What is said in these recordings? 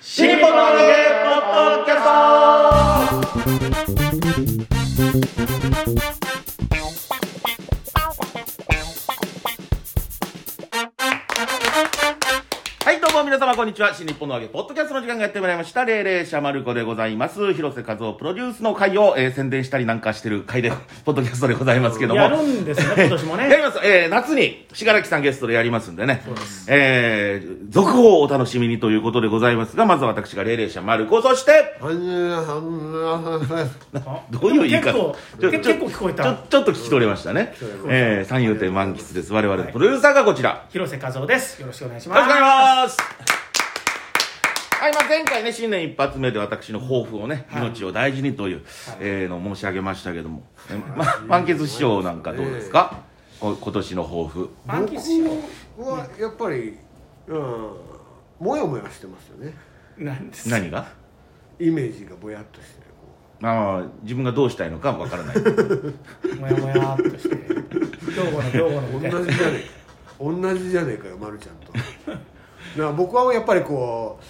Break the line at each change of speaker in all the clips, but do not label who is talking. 新ポの揚げポッドキャストはい、どうも皆様、こんにちは。新日本の揚げ、ポッドキャストの時間がやってまいりました。霊霊者マルコでございます。広瀬和夫プロデュースの会を、えー宣伝したりなんかしてる会で、 ポッドキャストでございますけども。
やるんです ね、今年も
や
ね。
ります。えー、夏に、しがらきさんゲストでやりますんでね。えー、続報をお楽しみにということでございますが、まずは私が霊霊者マルコ、そして、どういう言い方
でも
ちょ
結構け
ちょ
結構聞こえ
ちょ
た。
ちょっと聞き取れましたね。えー、三遊亭満喫です。我々のプロデューサーがこちら。
広瀬和夫です。よろしくお願いし
よろ
ま
し
す。
くお願いします。はい、まあ、前回ね、新年一発目で私の抱負をね、命を大事にという、えーのを申し上げましたけども、えま、満喫師匠なんかどうですか、こ今年の抱負。
満喫しよ
僕はやっぱり、うん、もやもやしてますよね
う。なんです。
何が
イメージがぼやっとしてる
まあ、自分がどうしたいのかわからない。
もやもやっとして。兵庫の兵庫のみたいな
同じじゃねえか同じじゃねえかよ丸ちゃんとだから僕はやっぱりこう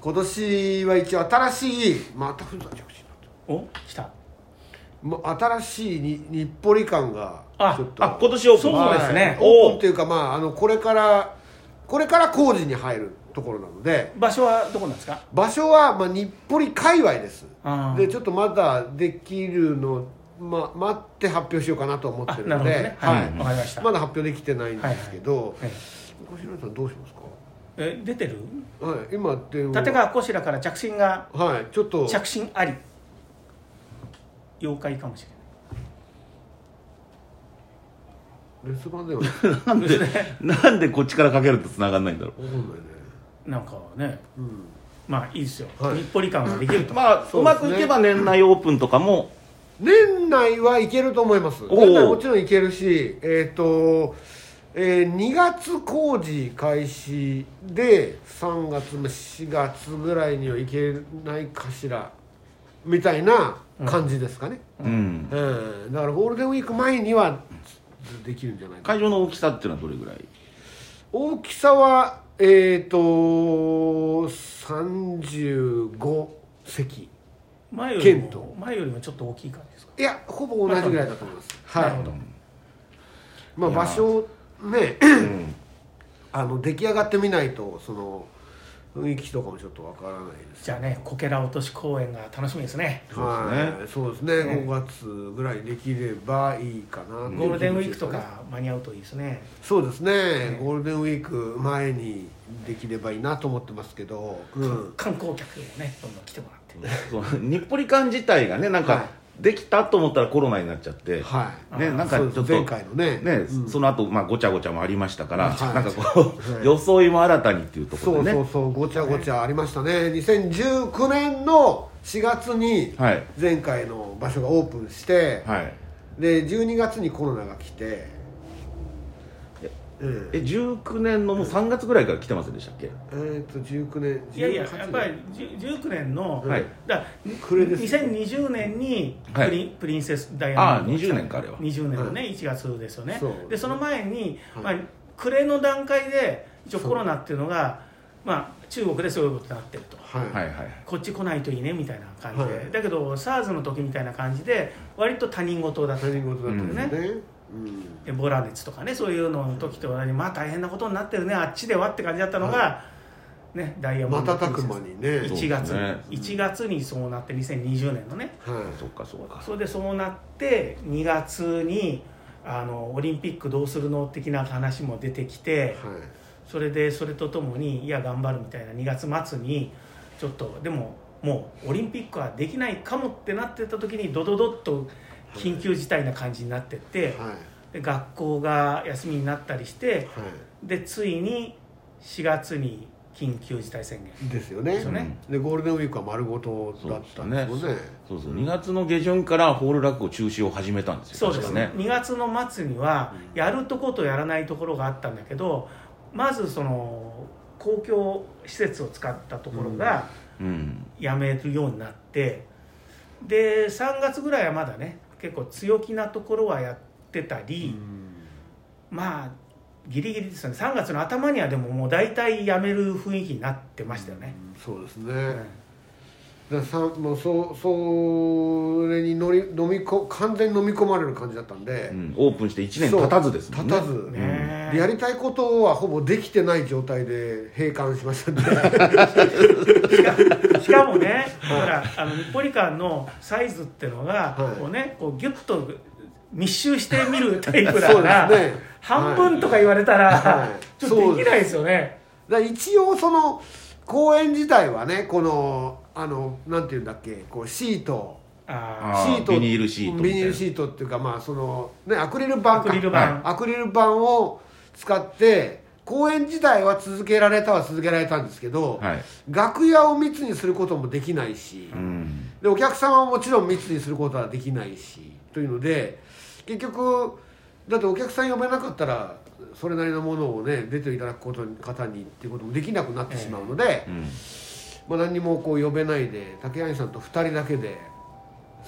今年は一応新しいまたふざけ口に
お、来た。
なったま新しいに日暮里感が
あ
ちょっと
あ、今年オープン。
そうですね
はいオープン
お
っていうかまああのこれからこれから工事に入るところなので
場所はどこなんですか。
場所は、まあ、日暮里界隈です
あー
でちょっとまだできるの、ま、待って発表しようかなと思ってる
なる
の
ほど
で、
ね。
は
はいい、わかりました。
まだ発表できてないんですけど
え
小白さんどうします
え、出てる。
か、はい、今電話
立川こしらから着信が、
はいちょっと
着信あり。妖怪かもし
留守番電話わ
なんで、なんでこっちからかけると繋がんないんだろ
かんないね
れない。なんかね、
うん
まあ、いいですよ。
はい
日暮里感ができる
う。
と。
まあ、う
そうで
ます
ね
くいけば年内オープンとかも、
年内はいけると思います
おお
年内もちろんいけるしえっ、と、えー2月工事開始で3月4月ぐらいにはいけないかしらみたいな感じですかね、
うん。
うんだからゴールデンウィーク前にはできるんじゃないか
会場の大きさっていうのはどれぐら い
大きさはえっ、と35席
前より
剣
も
道。
前よりもちょっと大きい感じですか。
いやほぼ同じぐらいだと思います
な
は
るほ
い
ど。
まあ
いや
場所ね あの出来上がってみないとその雰囲気とかもちょっとわからないです
じゃあね、こけら落とし公演が楽しみですね。
そうですね
はいそうですね5月ぐらいできればいいかなっていう
ゴールデンウィークとか間に合うといいですね。
そうですねゴールデンウィーク前にできればいいなと思ってますけどうん
観光客もね、どんどん来てもらって。
そう日暮里館自体がねなん
は
か
い
できたと思ったらコロナになっちゃって、
はい
ねなんかちょっ
そう
と
です前回のね
ね
うん
その後、まあごちゃごちゃもありましたから、
はい
なんかこう、
はい
装いも新たにっていうとこ
そ
ろ
う
で
そ
ね
うそうごちゃごちゃありましたね2019年の4月に
はい
前回の場所がオープンして
はい
で12月にコロナが来てうん
え19年のもう3月ぐらいから来てませんでしたっけ
えーっと19年
いやいや、
18
やっぱり19年の、
はい
だから
暮れですね
2020年にプリ,、
はい
プリンセスダイヤ
ああ
モンド
20年かあれは
20年のね、1月ですよね
そう
でその前に、ま
は
あ
い、
暮れの段階で一応コロナっていうのが、まあ、中国でそういうことになってると
はい、
はいはいはい
こっち来ないといいねみたいな感じで、
はい
だけど SARS の時みたいな感じで割と他人事だった
他人事だったんですね、うん
でボラ熱とかねそういうのの時と同じまあ大変なことになってるねあっちではって感じだったのが、ねダイヤモンド
瞬く間にね
そう
1月
そうですね
1月にそうなって2020年のね
はい
そっかそっか
それでそうなって2月にあのオリンピックどうするの的な話も出てきて
はい
それでそれとともにいや頑張るみたいな2月末にちょっとでももうオリンピックはできないかもってなってた時にドドドッと緊急事態な感じになってって、
はい
で学校が休みになったりして
は
でついに4月に緊急事態宣言
いですよ
ですよ
ね
ね、
でゴールデンウィークは丸ごとだったんですもんね
そうそう2月の下旬からホール落語中止を始めたんですよ
そうです
確
ね
か
2月の末には
うん
やるところとやらないところがあったんだけどまずその公共施設を使ったところが
うん
やめるようになってで3月ぐらいはまだね結構強気なところはやってたり、
うん
まあギリギリですよね3月の頭にはでももう大体やめる雰囲気になってましたよね、
そうですね、ださもうそうそれに乗り飲みこ完全に飲み込まれる感じだったんで、
うんオープンして1年経たずですもんね
立たず、
ね
でやりたいことはほぼできてない状態で 閉館しましたね
しかも ね、ほらあのニポリカンのサイズってのが、
はい
こうねこうギュッと密集してみるタイプだ
そ
か
うです
ら、
ね
半分とか言われたら、
はい
ちょっとできないですよね。
だから一応その公演自体はねこのあのなんていうんだっけこうシート
あ
あービニールシートみたいな
ビニールシートっていうかまあそのねアクリル板
ア
か
クリル板
はいアクリル板を使って公演自体は続けられたは続けられたんですけど、
はい
楽屋を密にすることもできないし、
うん
でお客様はもちろん密にすることはできないしというので結局だってお客さん呼べなかったらそれなりのものをね出ていただくことに方にっていうこともできなくなってしまうので、
うん
まあ、何にもこう呼べないで竹谷さんと2人だけで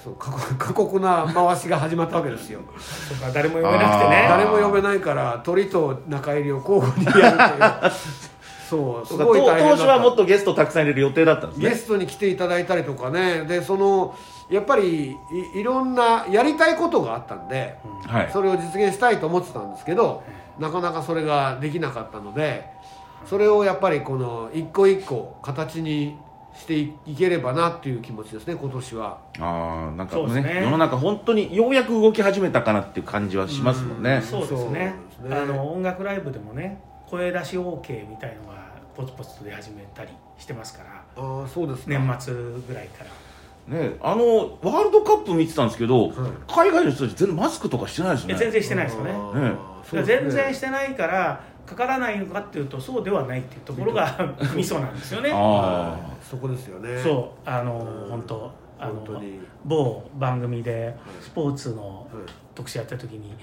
そう過酷 過酷な回しが始まったわけですよ
あ、とか誰も読めなくて
あー
ね。
誰も呼べないから鳥と中入りを交互にやる というそう
そ
す
うか
ごい
当
大変だ
当初はもっとゲストたくさん入れる予定だったんですね
ゲストに来ていただいたりとかねでそのやっぱりいいろんなやりたいことがあったんで、
はい
それを実現したいと思ってたんですけどなかなかそれができなかったのでそれをやっぱりこの一個一個形にしていいければなっていう気持ちですね今年は
ああなんか
そう
ね
ですね
世の中本当にようやく動き始めたかなっていう感じはしますもんね
そうですね
そうですね
あの音楽ライブでもね声出し OK みたいのがポツポツと出始めたりしてますから
ああそうですね
年末ぐらいから
ねあのワールドカップ見てたんですけど、海外の人たち全然マスクとかしてないです
え
ね
全然してないですよね
あ
ね
あそうですね
全然してないからかからないのかっていうとそうではないっていうところがミソなんですよね
ああ
そこですよね
そうあの本当あ
本
の
当に
某番組でスポーツの
はい
特集やった時に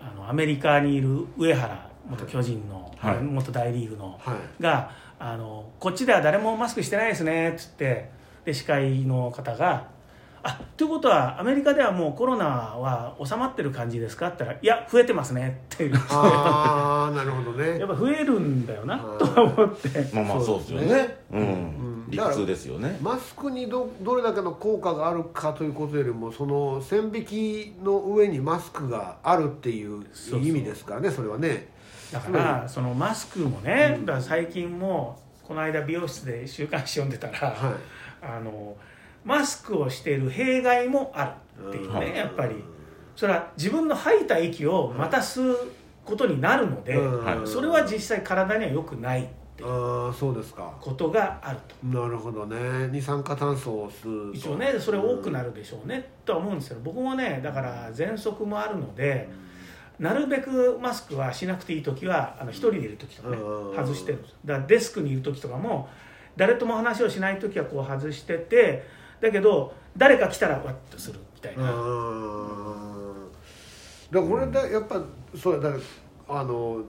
あのアメリカにいる上原元巨人の、
はい
元大リーグの、
はい
があの「こっちでは誰もマスクしてないですね」っつってで司会の方が「あということはアメリカではもうコロナは収まってる感じですか?」って言ったら「いや増えてますね」って いう
ああなるほどね
やっぱ増えるんだよな
はい
とは思って
まあまあそうですよね
そうですね
うん、
うん
理屈ですよね
マスクにどどれだけの効果があるかということよりもその線引きの上にマスクがあるっていう
そうそう
意味ですからねそれはね
だからそのマスクもねだから最近もこの間美容室で週刊誌読んでたら、
はい
あのマスクをしている弊害もあるっていうね、
うん
やっぱりそれは自分の吐いた息をまた吸うことになるので、
うん
はい
それは実際体には良くない
ああそうですか
ことがあると
なるほどね二酸化炭素を吸うと
一応ねそれ多くなるでしょうねとは思うんですけど僕もねだから喘息もあるのでなるべくマスクはしなくていい時はあの一人でいる時とかね
うん
外してるんですだからデスクにいる時とかも誰とも話をしない時はこう外しててだけど誰か来たらワッとするみたいな
うんだからこれだやっぱそうだだからあの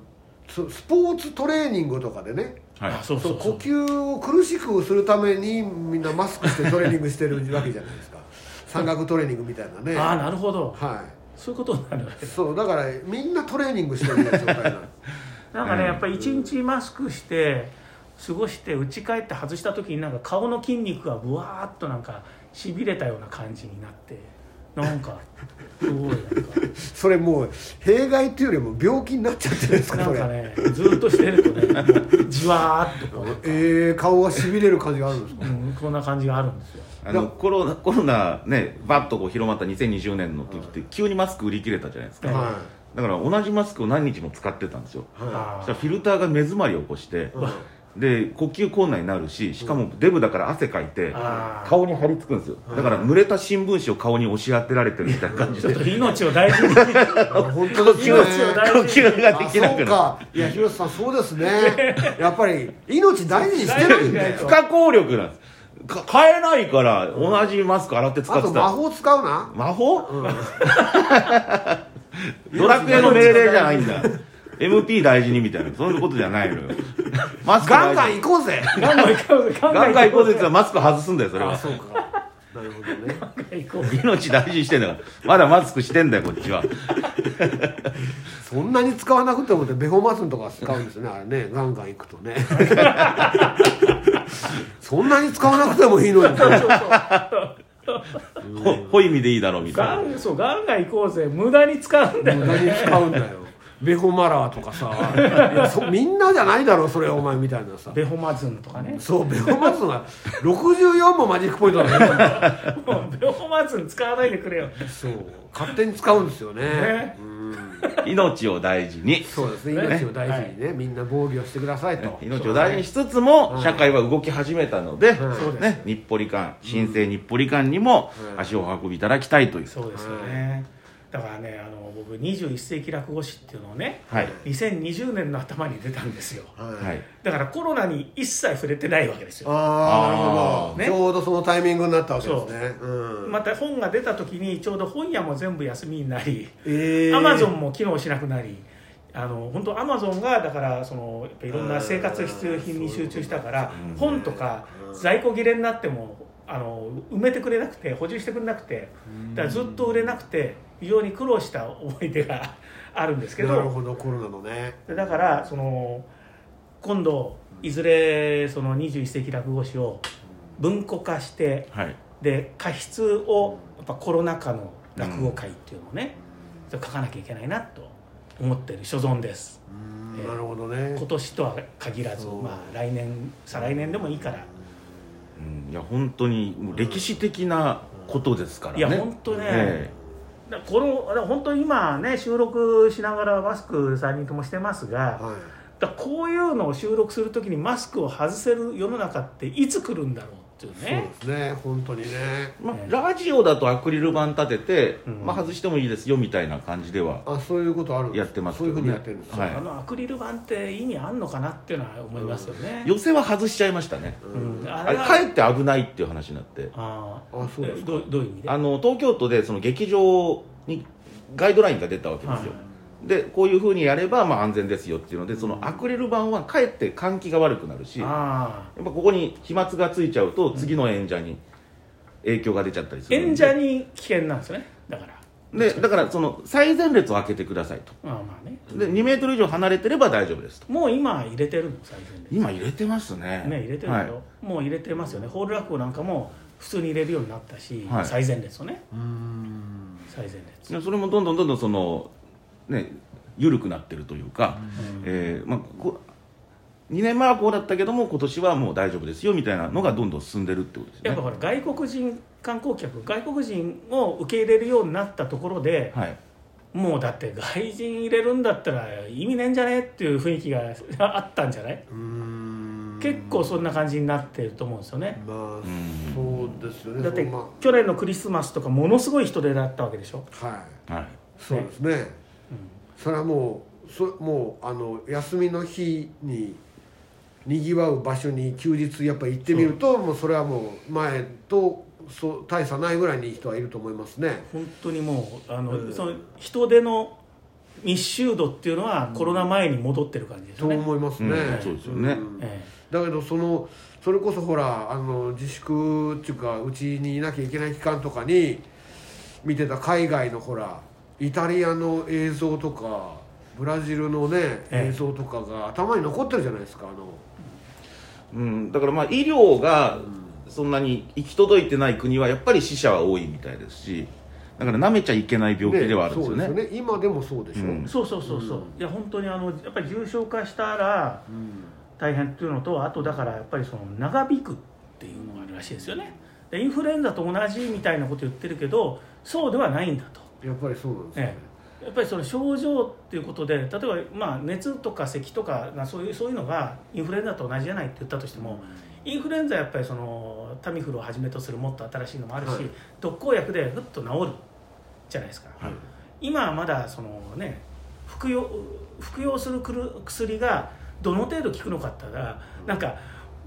そスポーツトレーニングとかでね
はい
あそう
そ
そううそ
呼
う
吸を苦しくするためにみんなマスクしてトレーニングしてるわけじゃない ですか山岳トレーニングみたいなね
ああなるほど
は
そういうことになるわけ
いそうだからみんなトレーニングしてるような状態なの
なんかね、やっぱり一日マスクして過ごして家帰って外した時になんか顔の筋肉がぶわーっとなんかしびれたような感じに なってなんかすごいなんか
それもう弊害っていうよりも病気になっちゃってるんですか
な
そ
ん
れ
かねずっとしてるとねもうじわーっとこう、
えー、顔がしびれる感じがあるんですか
うん、こんな感じがあるんですよ
あのコロナコロナねバッとこう広まった2020年の時って急にマスク売り切れたじゃないですか
ええ
は
だから同じマスクを何日も使ってたんですよ
いは
そ
あ
した
ー
らフィルターが目詰まりを起こして
い、うん
で呼吸困難になるししかもデブだから汗かいて
あー
顔に張り付くんですよだから濡れた新聞紙を顔に押し当てられてるみたいな感じ
ちょっ
で
と命を大事に
あ本当です
呼
ね
命を大
吸がで
あ
きな
そ
くなる
うかいや広瀬さんそうです ねやっぱり命大事にしてないんだ
大事
よ
に
不可抗力なんですか買えないから同じマスク洗って使
あ
っ
と
て
魔
た
法使うな
魔法 ドラクエの命令じゃないんだ MP 大事にみたいなそういうことじゃないのよマスク
ガンガ
大
ン
事
行こうぜ
ガンガン行こうぜ
ガンガン行こうぜって言った
ガ
らマスク外すんだよそれ
あ
は
そうかなるほどね
行こう
命大事にしてんだからまだマスクしてんだよこっちは
そんなに使わなくてもってベホマスンとか使うんですねあれねガンガンいくとね そんなに使わなくてもいいのに
ほほ意味でいいだろうみた
ガ
いな
ンそうガンガン行こうぜ無駄に使うんだよ
無駄に使うんだよベホマラーとかさいやそみんなじゃないだろそれお前みたいなさ
ベホマズンと かね
そうベホマスンは64もマジックポイントだね
もうベホマズン使わないでくれよ
そう勝手に使うんですよね
ね
うん
命を大事に
そうですね命を大事にね、みんな防御してくださいと
命を大事にしつつも社会は動き始めたので、
うん
そうです
ね、日暮里館新生日暮里館にも
うん
足をお運びいただきたいという、
そうですよね、だからねあの僕21世紀落語史っていうのをね
はい
2020年の頭に出たんですよ
は
はいい、
だからコロナに一切触れてないわけですよ
ああなるほど、
ね
ちょうどそのタイミングになったわけですねうん
また本が出た時にちょうど本屋も全部休みになり
え
アマゾンも機能しなくなりあの本当アマゾンがだからそのやっぱいろんな生活必需品に集中したから
うん
本とか
うん
在庫切れになってもあの埋めてくれなくて補充してくれなくてだからずっと売れなくて非常に苦労した思い出が あるんですけ
なる
ど
ほどコロナのね
だからその今度いずれその21世紀落語史を文庫化して
はい、
で過失をやっぱコロナ禍の落語会っていうのをね、書かなきゃいけないなと思ってる所存です
うん
えー
なるほどね
今年とは限らず
そう
まあ来年再来年でもいいから、
うん、いや本当にもう歴史的なことですからね
いや本当ね、
え
だこのだ本当に今ね収録しながらマスク3人ともしてますが
はい
だこういうのを収録するときにマスクを外せる世の中っていつ来るんだろうっていうね
そうですね本当にね
えま
ええ
ラジオだとアクリル板立てて、
うん
まあ、外してもいいですよみたいな感じでは
あそういうことあるんです
やってます
そ
け
うい
ど
う
ね
ことやってるんですよ
はい
あのアクリル板って意味あんのかなっていうのは思いますよね、
寄せは外しちゃいましたね
うん
うんあ
あ
れ
れ
は
かえって危ないっていう話になって
ああ
あそうですか
どどういう意味で
あの東京都でその劇場にガイドラインが出たわけですよ、
は
でこういうふうにやればまあ安全ですよっていうのでそのアクリル板はかえって換気が悪くなるしやっ
ああ
ぱここに飛沫がついちゃうと次の演者に影響が出ちゃったりするん
演
で
者に危険なんですよねだから
でだからその最前列を開けてくださいと
まあまあね
で2メートル以上離れてれば大丈夫ですと
もう今入れてるの最前列
今入れてますね
ね入れてるけど、
はい
もう入れてますよねホール落語なんかも普通に入れるようになったし、
はい
最前列をね
うん
最前列、
でそれもどんどんどんどんそのね緩くなってるというか、
うん
えーまあ、こ2年前はこうだったけども今年はもう大丈夫ですよみたいなのがどんどん進んでるってことです
や
ね
っぱほら外国人観光客外国人を受け入れるようになったところで、
はい
もうだって外人入れるんだったら意味ねえんじゃねっていう雰囲気が あったんじゃない
うん
結構そんな感じになってると思うんですよね、
まあ
ん
そうですよね
だって
その
去年のクリスマスとかものすごい人出だったわけでしょ、
まあ
は
はい
い
そうですね
うん
それはもうそもうあの休みの日ににぎわう場所に休日やっぱり行ってみるともうそれはもう前とそう大差ないぐらいに人はいると思いますね
本当にもうあの、
うん
その人出の密集度っていうのはコロナ前に戻ってる感じです
と
よね、
思いますね、
うんそうですよね
ん
え
だけどそのそれこそほらあの自粛っていうかうちにいなきゃいけない期間とかに見てた海外のほらイタリアの映像とかブラジルのね
ええ
映像とかが頭に残ってるじゃないですかあの
うん、だからまあ医療がそんなに行き届いてない国はやっぱり死者は多いみたいですしだから舐めちゃいけない病気ではあるんですよね
そうですよね今でもそうでしょ、
うん
えそうそうそうそう、
うん
いや本当にあのやっぱり重症化したら
うん
大変っていうのとあとだからやっぱりその長引くっていうのがあるらしいですよねでインフルエンザと同じみたいなこと言ってるけどそうではないんだと
やっぱりそうなんですよね、
やっぱりその症状っていうことで例えばまあ熱とか咳とかなそういうそういうのがインフルエンザと同じじゃないって言ったとしても、インフルエンザはやっぱりそのタミフルをはじめとするもっと新しいのもあるし、
はい
特効薬でふっと治るじゃないですか、
はい
今はまだそのね服用服用するくる薬がどの程度効くのかって言ったら、なんか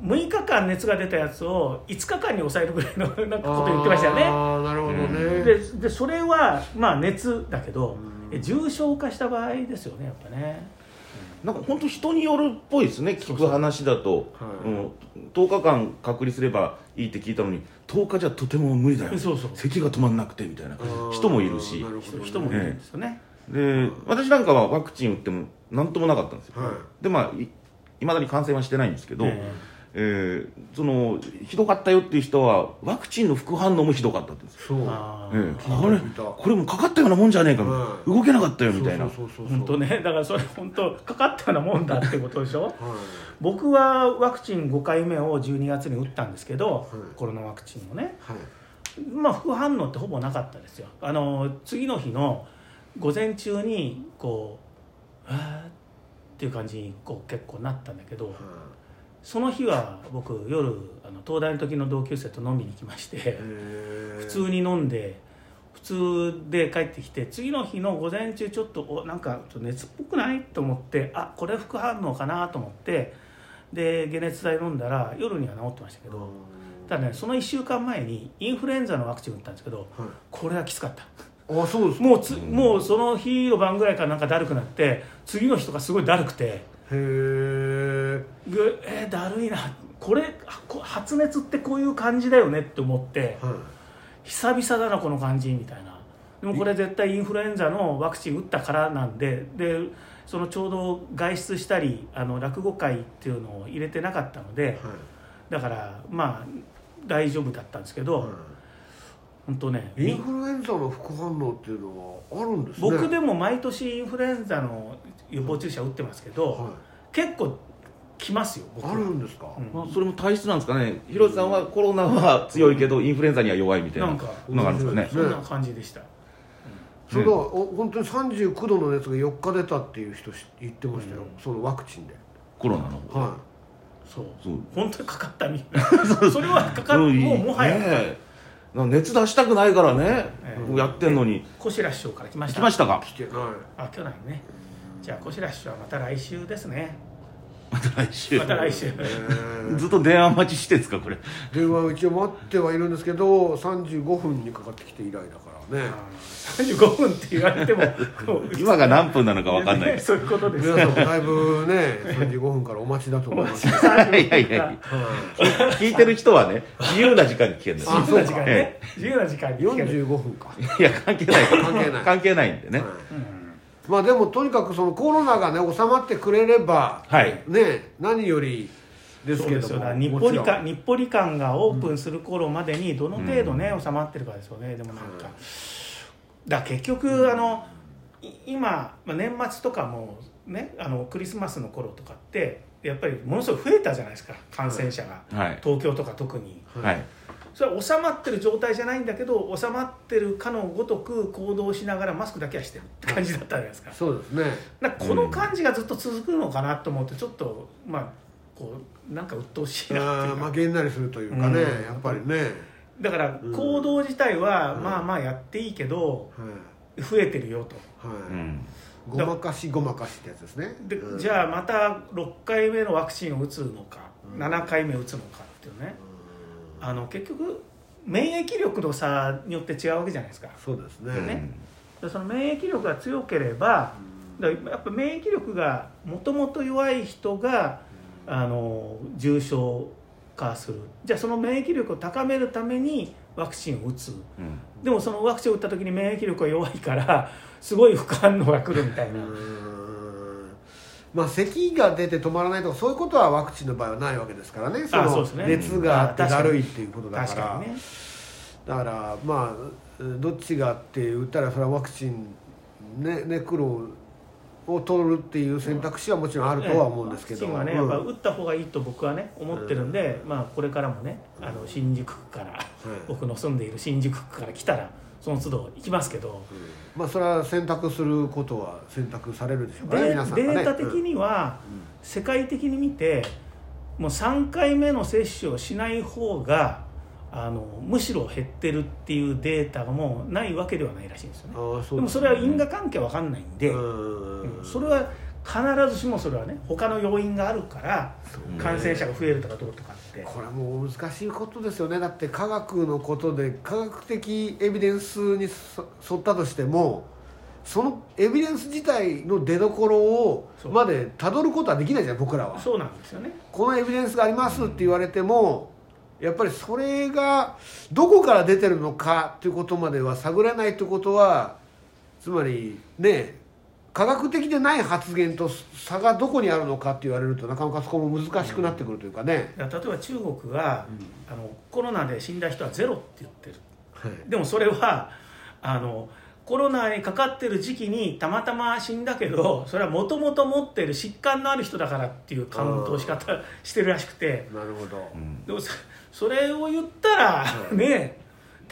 6日間熱が出たやつを5日間に抑えるぐらいの なんかこと言ってましたよね
ああなるほどね、
ででそれはまあ熱だけど
うん
え重症化した場合ですよねやっぱね
なんか本当人によるっぽいですね聞く話だと
は
う
い
ん10日間隔離すればいいって聞いたのに10日じゃとても無理だよ
そうそう
咳が止まんなくてみたいな人もいるし
あーなるほ
人
どね
人もいるんですよね、
で私なんかはワクチン打っても何ともなかったんですよ、
はい
でまあいいまだに感染はしてないんですけど、
ええ
えーそのひどかったよっていう人はワクチンの副反応もひどかったって言うんですよ、
そう
あ
え
ー
え
聞いた
あれ
聞いた
これもうかかったようなもんじゃねえかみたいな、
はい
動けなかったよみたいな
そうそうそうそう
本当ね だからそれ本当かかったようなもんだってことでしょ
はい
僕はワクチン5回目を12月に打ったんですけど、
はい
コロナワクチンをね
はい
まあ副反応ってほぼなかったですよあの次の日の午前中にこう「えー、っていう感じにこう結構なったんだけどその日は僕夜あの東大の時の同級生と飲みに来まして
普
普通に飲んで普通で帰ってきて次の日の午前中ちょっとおなんかちょっと熱っぽくないと思ってあこれ副反応かなと思ってで解熱剤飲んだら夜には治ってましたけどただねその1週間前にインフルエンザのワクチン打ったんですけど
はい
これはきつかった
あそうですか
もうつもうその日の晩ぐらいからなんかだるくなって次の日とかすごいだるくて
へえ
ぐえーだるいなこれあこ発熱ってこういう感じだよねって思って
はい
久々だなこの感じみたいなでもこれ絶対インフルエンザのワクチン打ったからなんででそのちょうど外出したりあの落語会っていうのを入れてなかったので
はい
だからまあ大丈夫だったんですけど、
は
本当ね
いインフルエンザの副反応っていうのはあるんですね
僕でも毎年インフルエンザの予防注射打ってますけど、
は
結構来ますよ
い
僕
あるんですか
うん
まあそれも体質なんですかね広瀬さんはコロナは強いけどインフルエンザには弱いみたいな
な
の
んか
があるんですかね
そんな感じでした、
それがお本当に39度の熱が4日出たっていう人し言ってましたよそのワクチンで
コロナの方
は
そう
そう
本当にかかったみたいなそれはかかっもうもはや、
ねえなんか熱出したくないからね、
え
僕やってんのに
小白師匠から来まし
来
た
ましたか
い来ては
あ去年ねじゃあ小白師匠はまた来週ですね
また来週
また来週
い え
ずっと電話待ちしてですかこれ
ー電話を一応待ってはいるんですけど35分にかかってきて以来だからね
35分って言われ ても
今が何分なのか分かんないです
そういうことです
皆さんもだいぶね35分 からお待ちだと思いますはい
いやいやいや聞いてる人はね自由な時間に聞けるんですよ
あ
自由な時間ね
え
自由な時間に聞ける
45分か
いや関係ない
関係ない
関係ないんでね
はいまあでもとにかくそのコロナがね収まってくれれば
はい
ね何よりです
そう
け
で
ど
すよ
も
ね日暮里
もちろ
館日暮里館がオープンする頃までにどの程度ね、収まってるかですよねでもなんか、だから結局あのい今、まあ、年末とかもねあのクリスマスの頃とかってやっぱりものすごい増えたじゃないですか感染者が、
はい
東京とか特に
ん
はい
それは収まってる状態じゃないんだけど収まってるかのごとく行動しながらマスクだけはしてるって感じだったじゃないですか
そうですね
なんかこの感じがずっと続くのかなと思ってちょっとまあこうなんか鬱陶しいなって
あ
い
ー
う
まあ
か
げんなりするというかね、
うん
やっぱりね、はい
だから
うん
行動自体は
うん
まあまあやっていいけど増えてるよと
はい
うん
ごまかしごまかしってやつですね
で
うん
じゃあまた6回目のワクチンを打つのか
うん
7回目打つのかっていうね
うん
あの結局免疫力の差によって違うわけじゃないですか
そうですね
ねでその免疫力が強ければ
うん
だからやっぱ免疫力がもともと弱い人があの重症化するじゃあその免疫力を高めるためにワクチンを打つ
うん
でもそのワクチンを打った時に免疫力が弱いからすごい副反応が来るみたいな、
うんまあ咳が出て止まらないとかそういうことはワクチンの場合はないわけですからね
あ
の
そうですね
熱があって
うん
だるいっていうことだか
確
ら
かにね
だからまあうんどっちがって言ったらそれはワクチンねね苦労を取るっていう選択肢はもちろんあるとは思うんですけど、
ワクチンはねや
う
っ
ん
ぱ打った方がいいと僕はね思ってるんで、まあこれからもねあの新宿区から、僕の住んでいる新宿区から来たらその都度行きますけど、
まあそれは選択することは選択されるでしょうかね
でデ
皆さんがね
ータ的
うん
には世界的に見てもう3回目の接種をしない方があのむしろ減ってるっていうデータがもうないわけではないらしいんですよね
ああ
で
そう
もそれは因果関係わかんないんで、
うん
それは必ずしもそれはね他の要因があるから感染者が増えるとかどうとかって、
これはもう難しいことですよねだって科学のことで科学的エビデンスにそ沿ったとしてもそのエビデンス自体の出どころを
そう
までたどることはできないじゃん僕らは
そうなんですよね
このエビデンスがありますって言われてもやっぱりそれがどこから出てるのかっていうことまでは探れないってことはつまりね科学的でない発言と差がどこにあるのかって言われるとなかなかそこも難しくなってくるというかね、
だから例えば中国が、あのコロナで死んだ人はゼロって言ってる
はい
でもそれはあのコロナにかかってる時期にたまたま死んだけどそれはもともと持ってる疾患のある人だからっていうカウントを仕方してるらしくて
なるほど、
でもそそれを言ったら、ね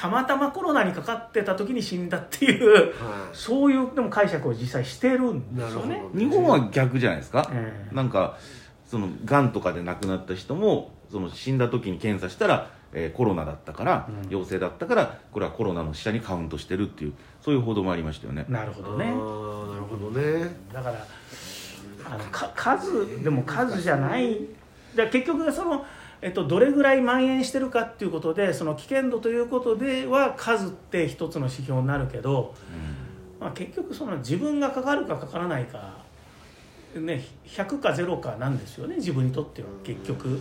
たまたまコロナにかかってた時に死んだっていう
は
そういうでも解釈を実際してるん
い、
で
な
す
る
よ
ほど、
ね。
日本は逆じゃないですか、
ええ
なんかそのがんとかで亡くなった人もその死んだ時に検査したら、えーコロナだったから、陽性だったからこれはコロナの死者にカウントしてるっていうそういう報道もありましたよね
なるほ
あー
どね。
なるほどね
だからあのか数でも数じゃないだから結局その、えっと、どれぐらい蔓延してるかっていうことでその危険度ということでは数って一つの指標になるけど、まあ、結局その自分がかかるかかからないか、ね、100か0かなんですよね自分にとっては結局。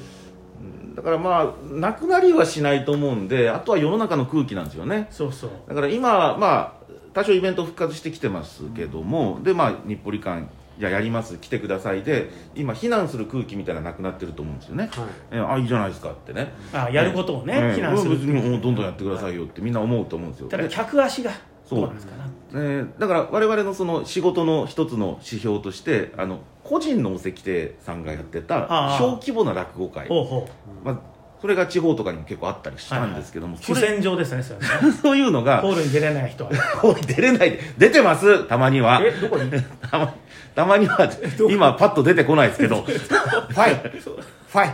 だからまあなくなりはしないと思うんであとは世の中の空気なんですよね
そうそう
だから今まあ多少イベント復活してきてますけども、でまあ日暮里館じゃあやります来てくださいで今避難する空気みたいなのなくなってると思うんですよね、
はい
えあいいじゃないですかってね
あ やることをね
ええ
非難する
別にもうどんどんやってくださいよってみんな思うと思うんですよ
ただ
で
客足が
そう
どうなんですかな
えーだから我々のその仕事の一つの指標としてあの個人のお関亭さんがやって
あ
た
あ
小規模な落語会
ほうほ
まあ、それが地方とかにも結構あったりしたんですけども、
う主
それ
戦場ですねそれね
そういうのが
ホールに出れない人は。
こう出れないで出てますたまには
えどこに
たま たまには今パッと出てこない ですけど
ファイファイ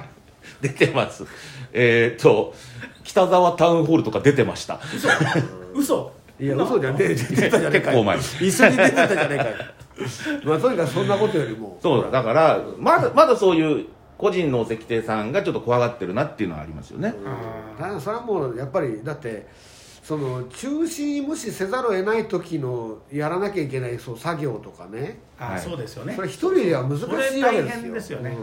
出てますえーっと北沢タウンホールとか出てました
嘘
いや嘘じゃねえ 出てたじゃねえかよ
結
一緒に出てたじゃねえ かよまあとにかくそんなことよりも
そうだからまだまだそういう個人のお関亭さんがちょっと怖がってるなっていうのはありますよね、
ただそれはもうやっぱりだってその中止無視せざるを得ない時のやらなきゃいけないそう作業とかね
あ、
はい
そうですよね
それ一人では難しいわけですよ
それ大変ですよね
うん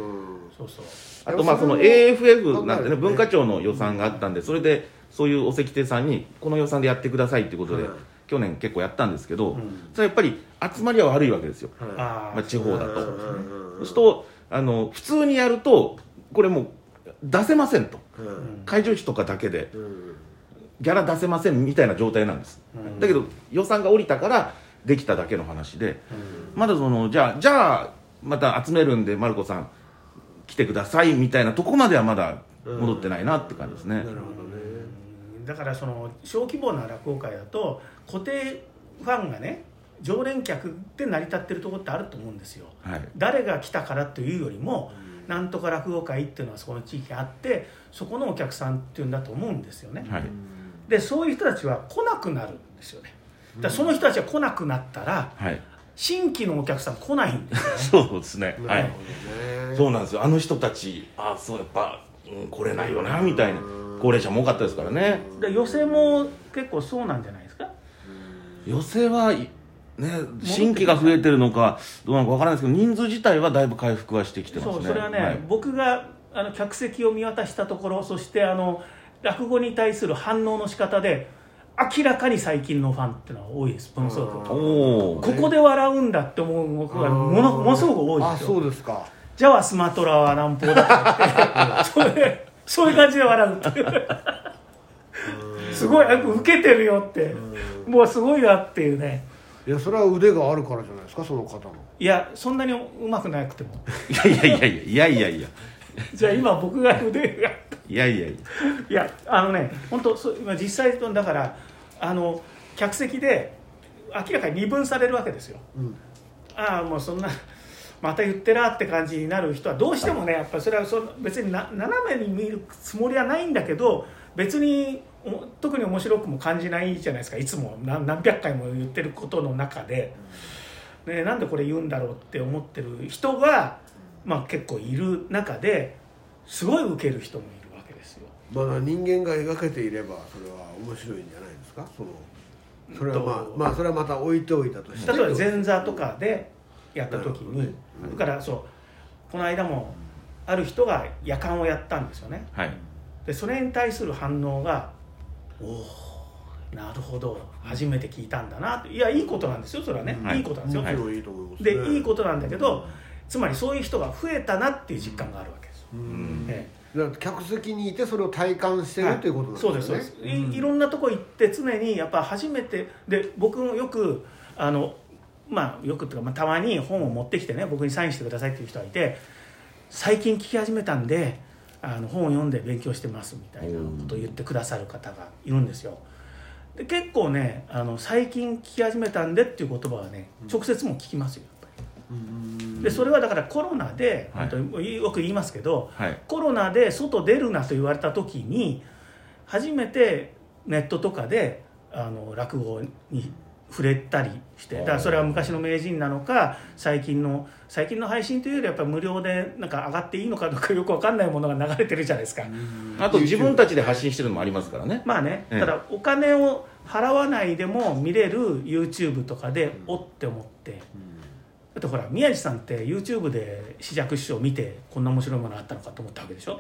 そうそう
あとまあその
いやそれも
AFF なんて
考え
ね
るとね
文化庁の予算があったんでそれでそういうお関亭さんにこの予算でやってくださいっていうことで
はい
去年結構やったんですけど
ん
それはやっぱり集まりは悪いわけですよ
はい
あー、
まあ地方だと
うんうん
そうするとあの普通にやるとこれもう出せませんと
うん
会場費とかだけで
うん
ギャラ出せませんみたいな状態なんです、だけど予算が下りたからできただけの話で、まだそのじゃあじゃあまた集めるんでマルコさん来てくださいみたいなとこまではまだ戻ってないなって感じですね、
なるほどね
うんだからその小規模な落語会だと固定ファンがね常連客で成り立ってるところってあると思うんですよ
はい
誰が来たからというよりも、なんとか落語会っていうのはそこの地域にあってそこのお客さんっていうんだと思うんですよね、
はい、
でそういう人たちは来なくなるんですよねだからその人たちが来なくなったら
はい、
新規のお客さん来ないんですよ
そうですねは
なる
い
ほどね
そうなんですよあの人たちあそうやっぱ、うん、来れないよなみたいな高齢者も多かったですからね
で寄席も結構そうなんじゃないですか
寄席はいね、新規が増えてるのかどうなのかわからないですけど人数自体はだいぶ回復はしてきてますね
そうそれはね、
はい
僕があの客席を見渡したところそしてあの落語に対する反応の仕方で明らかに最近のファンっていうのは多いですものすごく
おお
ここで笑うんだって思う僕はものものすごく多い
あ
ですよ
そうですか
じゃあスマトラは南方だと思ってそれそういう感じで笑うっていうすごいなんか受けてるよってもうすごいなっていうね
いやそれは腕があるからじゃないですかその方の
いやそんなにうまくなくても
いやいやいやいやいやいや
じゃあ今僕が腕が
いやいやいやいや
いやあのね本当そう今実際とだからあの客席で明らかに二分されるわけですよ
うん
ああもうそんなまた言ってらって感じになる人はどうしてもねやっぱそれはその別にな斜めに見るつもりはないんだけど別にお特に面白くも感じないじゃないですかいつも何何百回も言ってることの中で、ね、なんでこれ言うんだろうって思ってる人が、まあ、結構いる中ですごい受ける人もいるわけですよ。
まだ人間が描けていればそれは面白いんじゃないですかそのそれはまあ
と
まあそれはまた置いておいたとして
例えば前座とかでやった時
な
に、
るほどね
だからそうこの間もある人が夜間をやったんですよね
はい
でそれに対する反応が「おおなるほど初めて聞いたんだな」っていやいいことなんですよそれはね、
はい
い、いことなんですよ、
はい
もちろんいいと思いますね
でいいことなんだけどつまりそういう人が増えたなっていう実感があるわけですよ、
うん
え
だから客席にいてそれを体感して
え
るということなんです
そう
よ
で
ね
すそうです、いいろんなとこ行って常にやっぱ初めてで僕もよくあのまあよくっていうか、まあ、たまに本を持ってきてね僕にサインしてくださいっていう人がいて最近聞き始めたんであの本を読んで勉強してますみたいなことを言ってくださる方がいるんですよで結構ねあの最近聞き始めたんでっていう言葉はね直接も聞きますよやっぱり
うん
でそれはだからコロナで、
はい
本当によく言いますけど
はい
コロナで外出るなと言われた時に初めてネットとかであの落語に触れたりしてだからそれは昔の名人なのか最近の最近の配信というよりやっぱ無料でなんか上がっていいのかどうか よくわかんないものが流れてるじゃないですか。
あと自分たちで発信してるのもありますからね
まあね、
ええ
ただお金を払わないでも見れる YouTube とかでおって思って、だってほら宮地さんって YouTube で試着師匠見てこんな面白いものあったのかと思ったわけでしょ、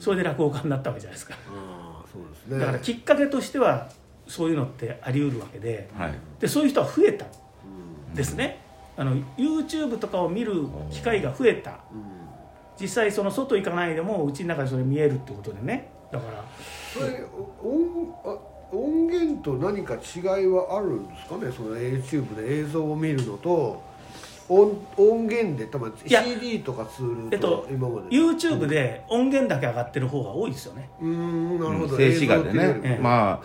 それで落語家になったわけじゃないですか
ああそうですね
だからきっかけとしてはそういうのってあり得るわけで
はい
でそういう人は増えたん
うん
ですね、あの YouTube とかを見る機会が増えた
うん
実際その外行かないでもうちの中でそれ見えるってことでねだから
それ音あ音源と何か違いはあるんですかねその YouTube で映像を見るのと音音源で多分
いや
CD とかツー
え
ル
っ
と
と
今まで、
YouTube で音源だけ上がってる方が多いですよね
うーんなるほど、
うん静止画で
映像っていうよりも
え
ね
え
ま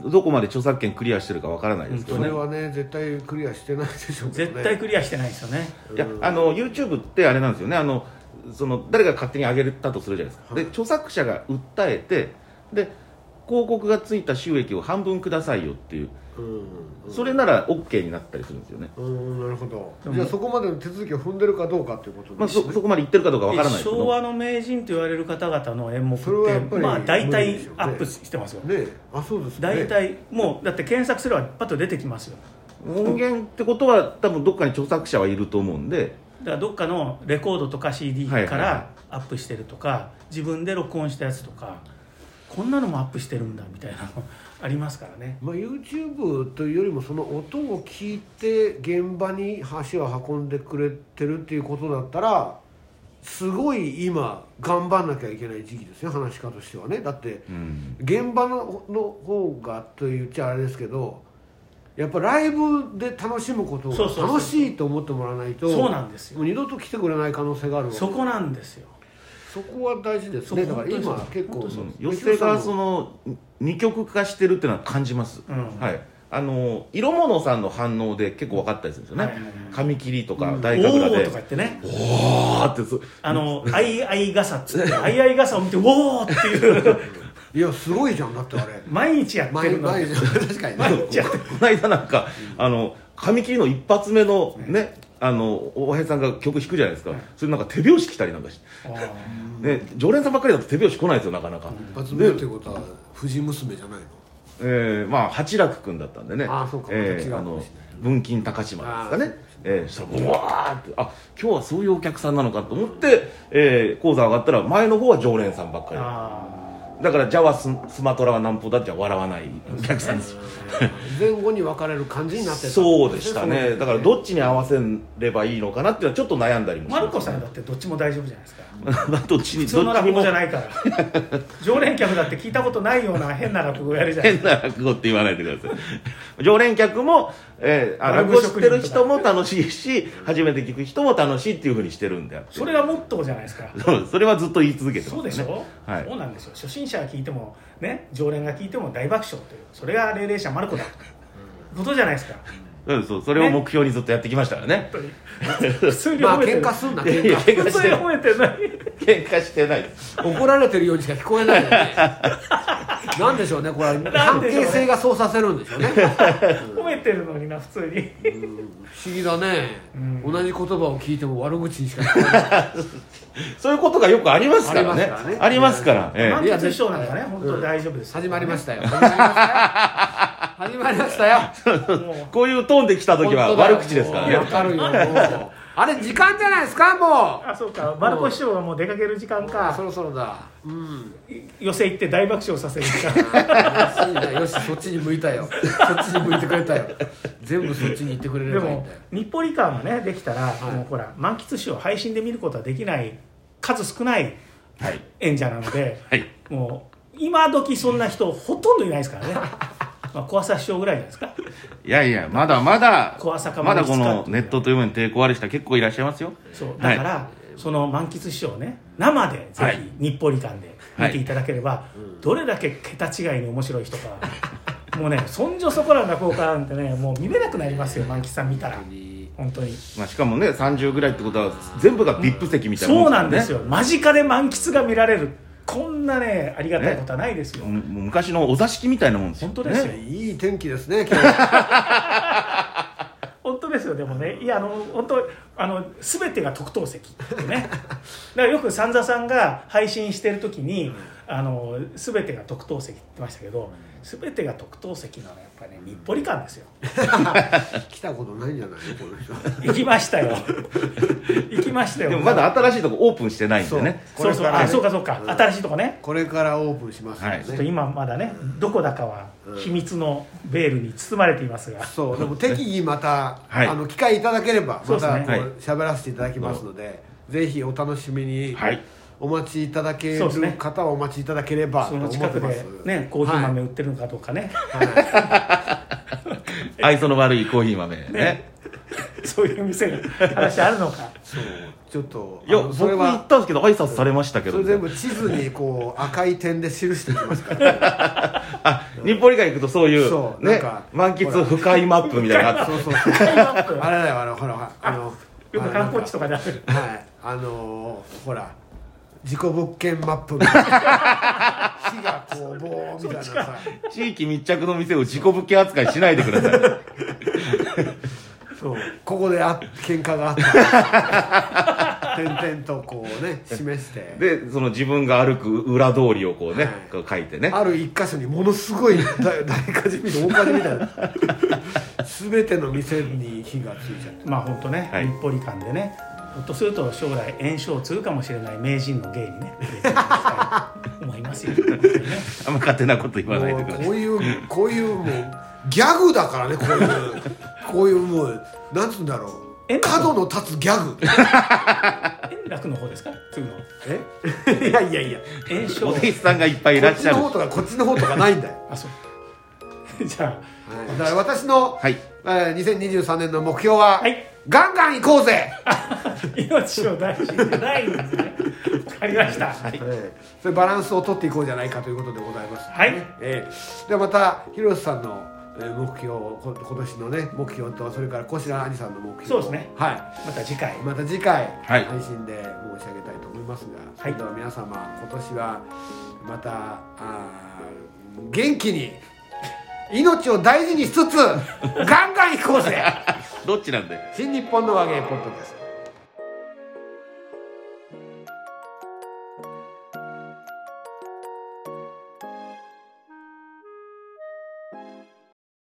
うん
あどこまで著作権クリアしてるかわからないですけど
そ
ね
れはね絶対クリアしてないでしょうけど
絶
ね
対クリアしてないですよね
いやあの YouTube ってあれなんですよねあのその誰か勝手に上げたとするじゃないですか、
はい
で著作者が訴えてで広告がついた収益を半分くださいよっていう
うん
それなら OK になったりするんですよね、
うんなるほど
でも
じゃあそこまでの手続きを踏んでるかどうかっていうこと
まあ、
です
そ
ね
そこまで言ってるかどうかわからないですけど
昭和の名人と言われる方々の演目って
それはやっぱり
まあ大
無理で
体
しょうね
アップしてますよ
ねえあそうですよね
大体もうだって検索すればパッと出てきますよ
音源ってことは多分どっかに著作者はいると思うんで
だからどっかのレコードとか CD か
はいはいは
らアップしてるとか、自分で録音したやつとかこんなのもアップしてるんだみたいなの ありますからね
まあ、YouTube というよりもその音を聞いて現場に足を運んでくれてるっていうことだったらすごい今頑張んなきゃいけない時期ですよ話し家としてはねだって
うん
現場のの方がと言っちゃあれですけどやっぱライブで楽しむこと
そうそうそう
を楽しいと思ってもらわないと
そうなんですよ
もう二度と来てくれない可能性があるわけ
そこなんですよ
そこは大事ですね
そ
だ
う
から
本当
今
にそう
結構
本当にそうで
寄せがそ
の
の二極化してるっていうのは感じます、
うん
はいあの色物さんの反応で結構分かったりするんですよね、
はいはいはい
髪切りと
う
か
ん
おお
大神楽
ー
で
とか言ってね
あーってそ
あの「あいあい傘」っつ って「あいあい傘」を見て「おお!」っていう
いやすごいじゃんだっ てあれ
毎日やって
前
るの
前確かに ね
毎日やってる
この間なんか、あの髪切りの一発目のね、あの大平さんが曲弾くじゃないですか、それなんか手拍子来たりなんかして、
あー
ね、常連さんばっかりだと手拍子来ないですよなかなか、
一発目ってことは藤娘じゃないの
えー、まあ八楽君だったんでね
あーそうか
え
また違う
ー、
か
あ
も
の
しれない
文金高島ですか
あー
ねえー、そしたらブワーってあ今日はそういうお客さんなのかと思って、えー、講座上がったら前の方は常連さんばっかり
あ
だから「じゃあはススマトラは南方だ」って笑わないお客さんです
前後に分かれる感じになってた
そうでしたねだからどっちに合わせればいいのかなっていうのはちょっと悩んだりも
ー
し
マルコ
まし
さ
た
ん
ね
だってどっちも大丈夫じゃないですか
どっちに
普通
ど
の
っちに
落語
も
じゃないから常連客だって聞いたことないような変な落語やるじゃない
変な落語って言わないでください常連客も、えー、あ
落
落
語
語
職
知
人
っ
とか
てる人も楽しいし初めて聞く人も楽しいっていうふうにしてるんであって
それがモットーじゃないですか
そうですそれはずっと言い続けてますね
そうでしょ、
はい
そうなんですよ初心者が聞いてもね常連が聞いても大爆笑というそれが霊霊者マルコだことじゃないですか
うんそうそれを目標にずっとやってきましたからね
本当に 普通に
ま
褒
あ
めて
喧
る、
嘩すんない
やい
喧
や
嘩
喧嘩
普
し
通
て
に
ない
褒めてない
喧嘩してないです
怒られてるようにしか聞こえないよね なんでしょうねこれは
なん
関
でしょうね
係性がそうさせるんでしょうね
褒めてるのにな普通に
不思議だね
ん
同じ言葉を聞いても悪口にしか聞こえない
そういうことがよくありますからね
あ
あ
り
り
ま
ますす
か
からら
ね
え
満
いや
喫師匠なんかね本当大丈夫ですよ
始まりましたよ始まりましたよ始まりましたよ
もう
こういうトーンで来た時は悪口ですから
いやわ
ね
かるよもうあれ時間じゃないですかもう
あそうか丸子師匠はもう出かける時間
あそ
か
ろそろだうん
寄せ行って大爆笑させる時間
らしいなよしそっちに向いたよそっちに向いてくれたよ全部そっちに行ってくれ
で
ればいいん
も
だよ
日暮里館がねできたら、
い
もうほら満喫師を配信で見ることはできない数少ない
はい
演者なの で、
はい
もう今時そんな人ほとんどいないです からねまあ小朝師匠ぐらいじゃないですか
いやいやまだまだ
小朝か
まだ
丸
こ
子か
のネットというものに抵抗ある人は結構いらっしゃいますよ
そう
は
だ
い
から、その満喫師匠をね生で
は
ぜ
い
ひ日暮里館で見ていただければ、どれだけ桁違いに面白い人かもうねそんじょそこらの落語家なんてねもう見れなくなりますよ満喫さん見たら本当に
まあしかもね30ぐらいってことは全部が VIP 席みたいなも
そう
から
な
ね
んですよ間近で満喫が見られるこんなねありがたいことはないですよ、
もうもう昔のお座敷みたいなもんですよ
本当ですよ、
ね
いい天気ですね今日
本当ですよでもねいやあの本当あの全てが特等席って ねだからよく三座さんが配信してる時にあの全てが特等席って言ってましたけど全てが特等席なのはやっぱりね日暮里館ですよ
来たことないんじゃないこの人
行きました よ行きましたよ
でもまだ新しいとこオープンしてないんでね
そう
こ
そ
れ
う
からね
あそうかそうか、
うん
新しいとこね
これからオープンしますよ
はい
ちょっと
ね
今まだねどこだかは
うん
秘密のベールに包まれていますが、
そうでも適宜また
はい
あの機会いただければ
そう
ま
ですね
たこ
はいう
喋らせていただきますのでぜひお楽しみに
はい
お待ちいただけ
そうです
る
ね
方はお待ちいただければと
そ
思
の
っ
近
て
く
ます
でねコーヒー豆売ってるのかどうかね、
はいはい
愛想の悪いコーヒー豆ね
ねそういう店の話あるの か
そうちょっと
いや
あの
僕
それ
行
は
ったんですけど挨拶されましたけ
そ
ど
れ全部地図にこう赤い点で記していきま すから
あ日暮里館行くとそうい
そう
う
なん
ね
か
満喫深いマップみたいなのがあって
そうそうそう
タイムアップ
あれだよあのほらあの
よく観光地とかである
はい、あのー、ほら事故物件マップみたいな火がこうボーンみたいなさ
地域密着の店を自己物件扱いしないでくださ い
そうここであ喧嘩があったんですよ点々とこうね示して
でその自分が歩く裏通りをこうね、
はい
こう書いてね
ある一箇所にものすごい大大火事みたいな大火事みたいな全ての店に火がついちゃって
まあ本当ね、
はい
日暮里館でねひょっとすると将来炎症を継ぐかもしれない名人の芸にね触れていただきたいと思い ますよ、本当にね
あんま勝手なこと言わない
も
で
う
くださ
こういうこういうもうギャグだからねこういうこういうもうなんつうんだろう
え
角の立つギャグ
円楽の方ですか継ぐの
え いやいやいや
炎
いお
症
弟子さんがいっぱいい
こ
ら
っ
っ
ち
しゃ
の
る
方とかこっちの方とかないんだよ、
あそう じゃ
はい、だから私の、
はい
えー2023年の目標は、
はい
ガンガン行こうぜ、
あ 命を大事にじゃないんですねわかりました、
えーそういうバランスを取っていこうじゃないかということでございます、
はい
えーではまた広瀬さんのえー目標をこ今年のね目標とそれから小白兄さんの目標を
そうですね
は
また次回
い、また次回、
はい
配信で申し上げたいと思いますが、
はい
それでは皆様今年はまたあー元気に 命を大事にしつつガンガン行こうぜ
どっちなんで
新日本の和芸ポッドキャスト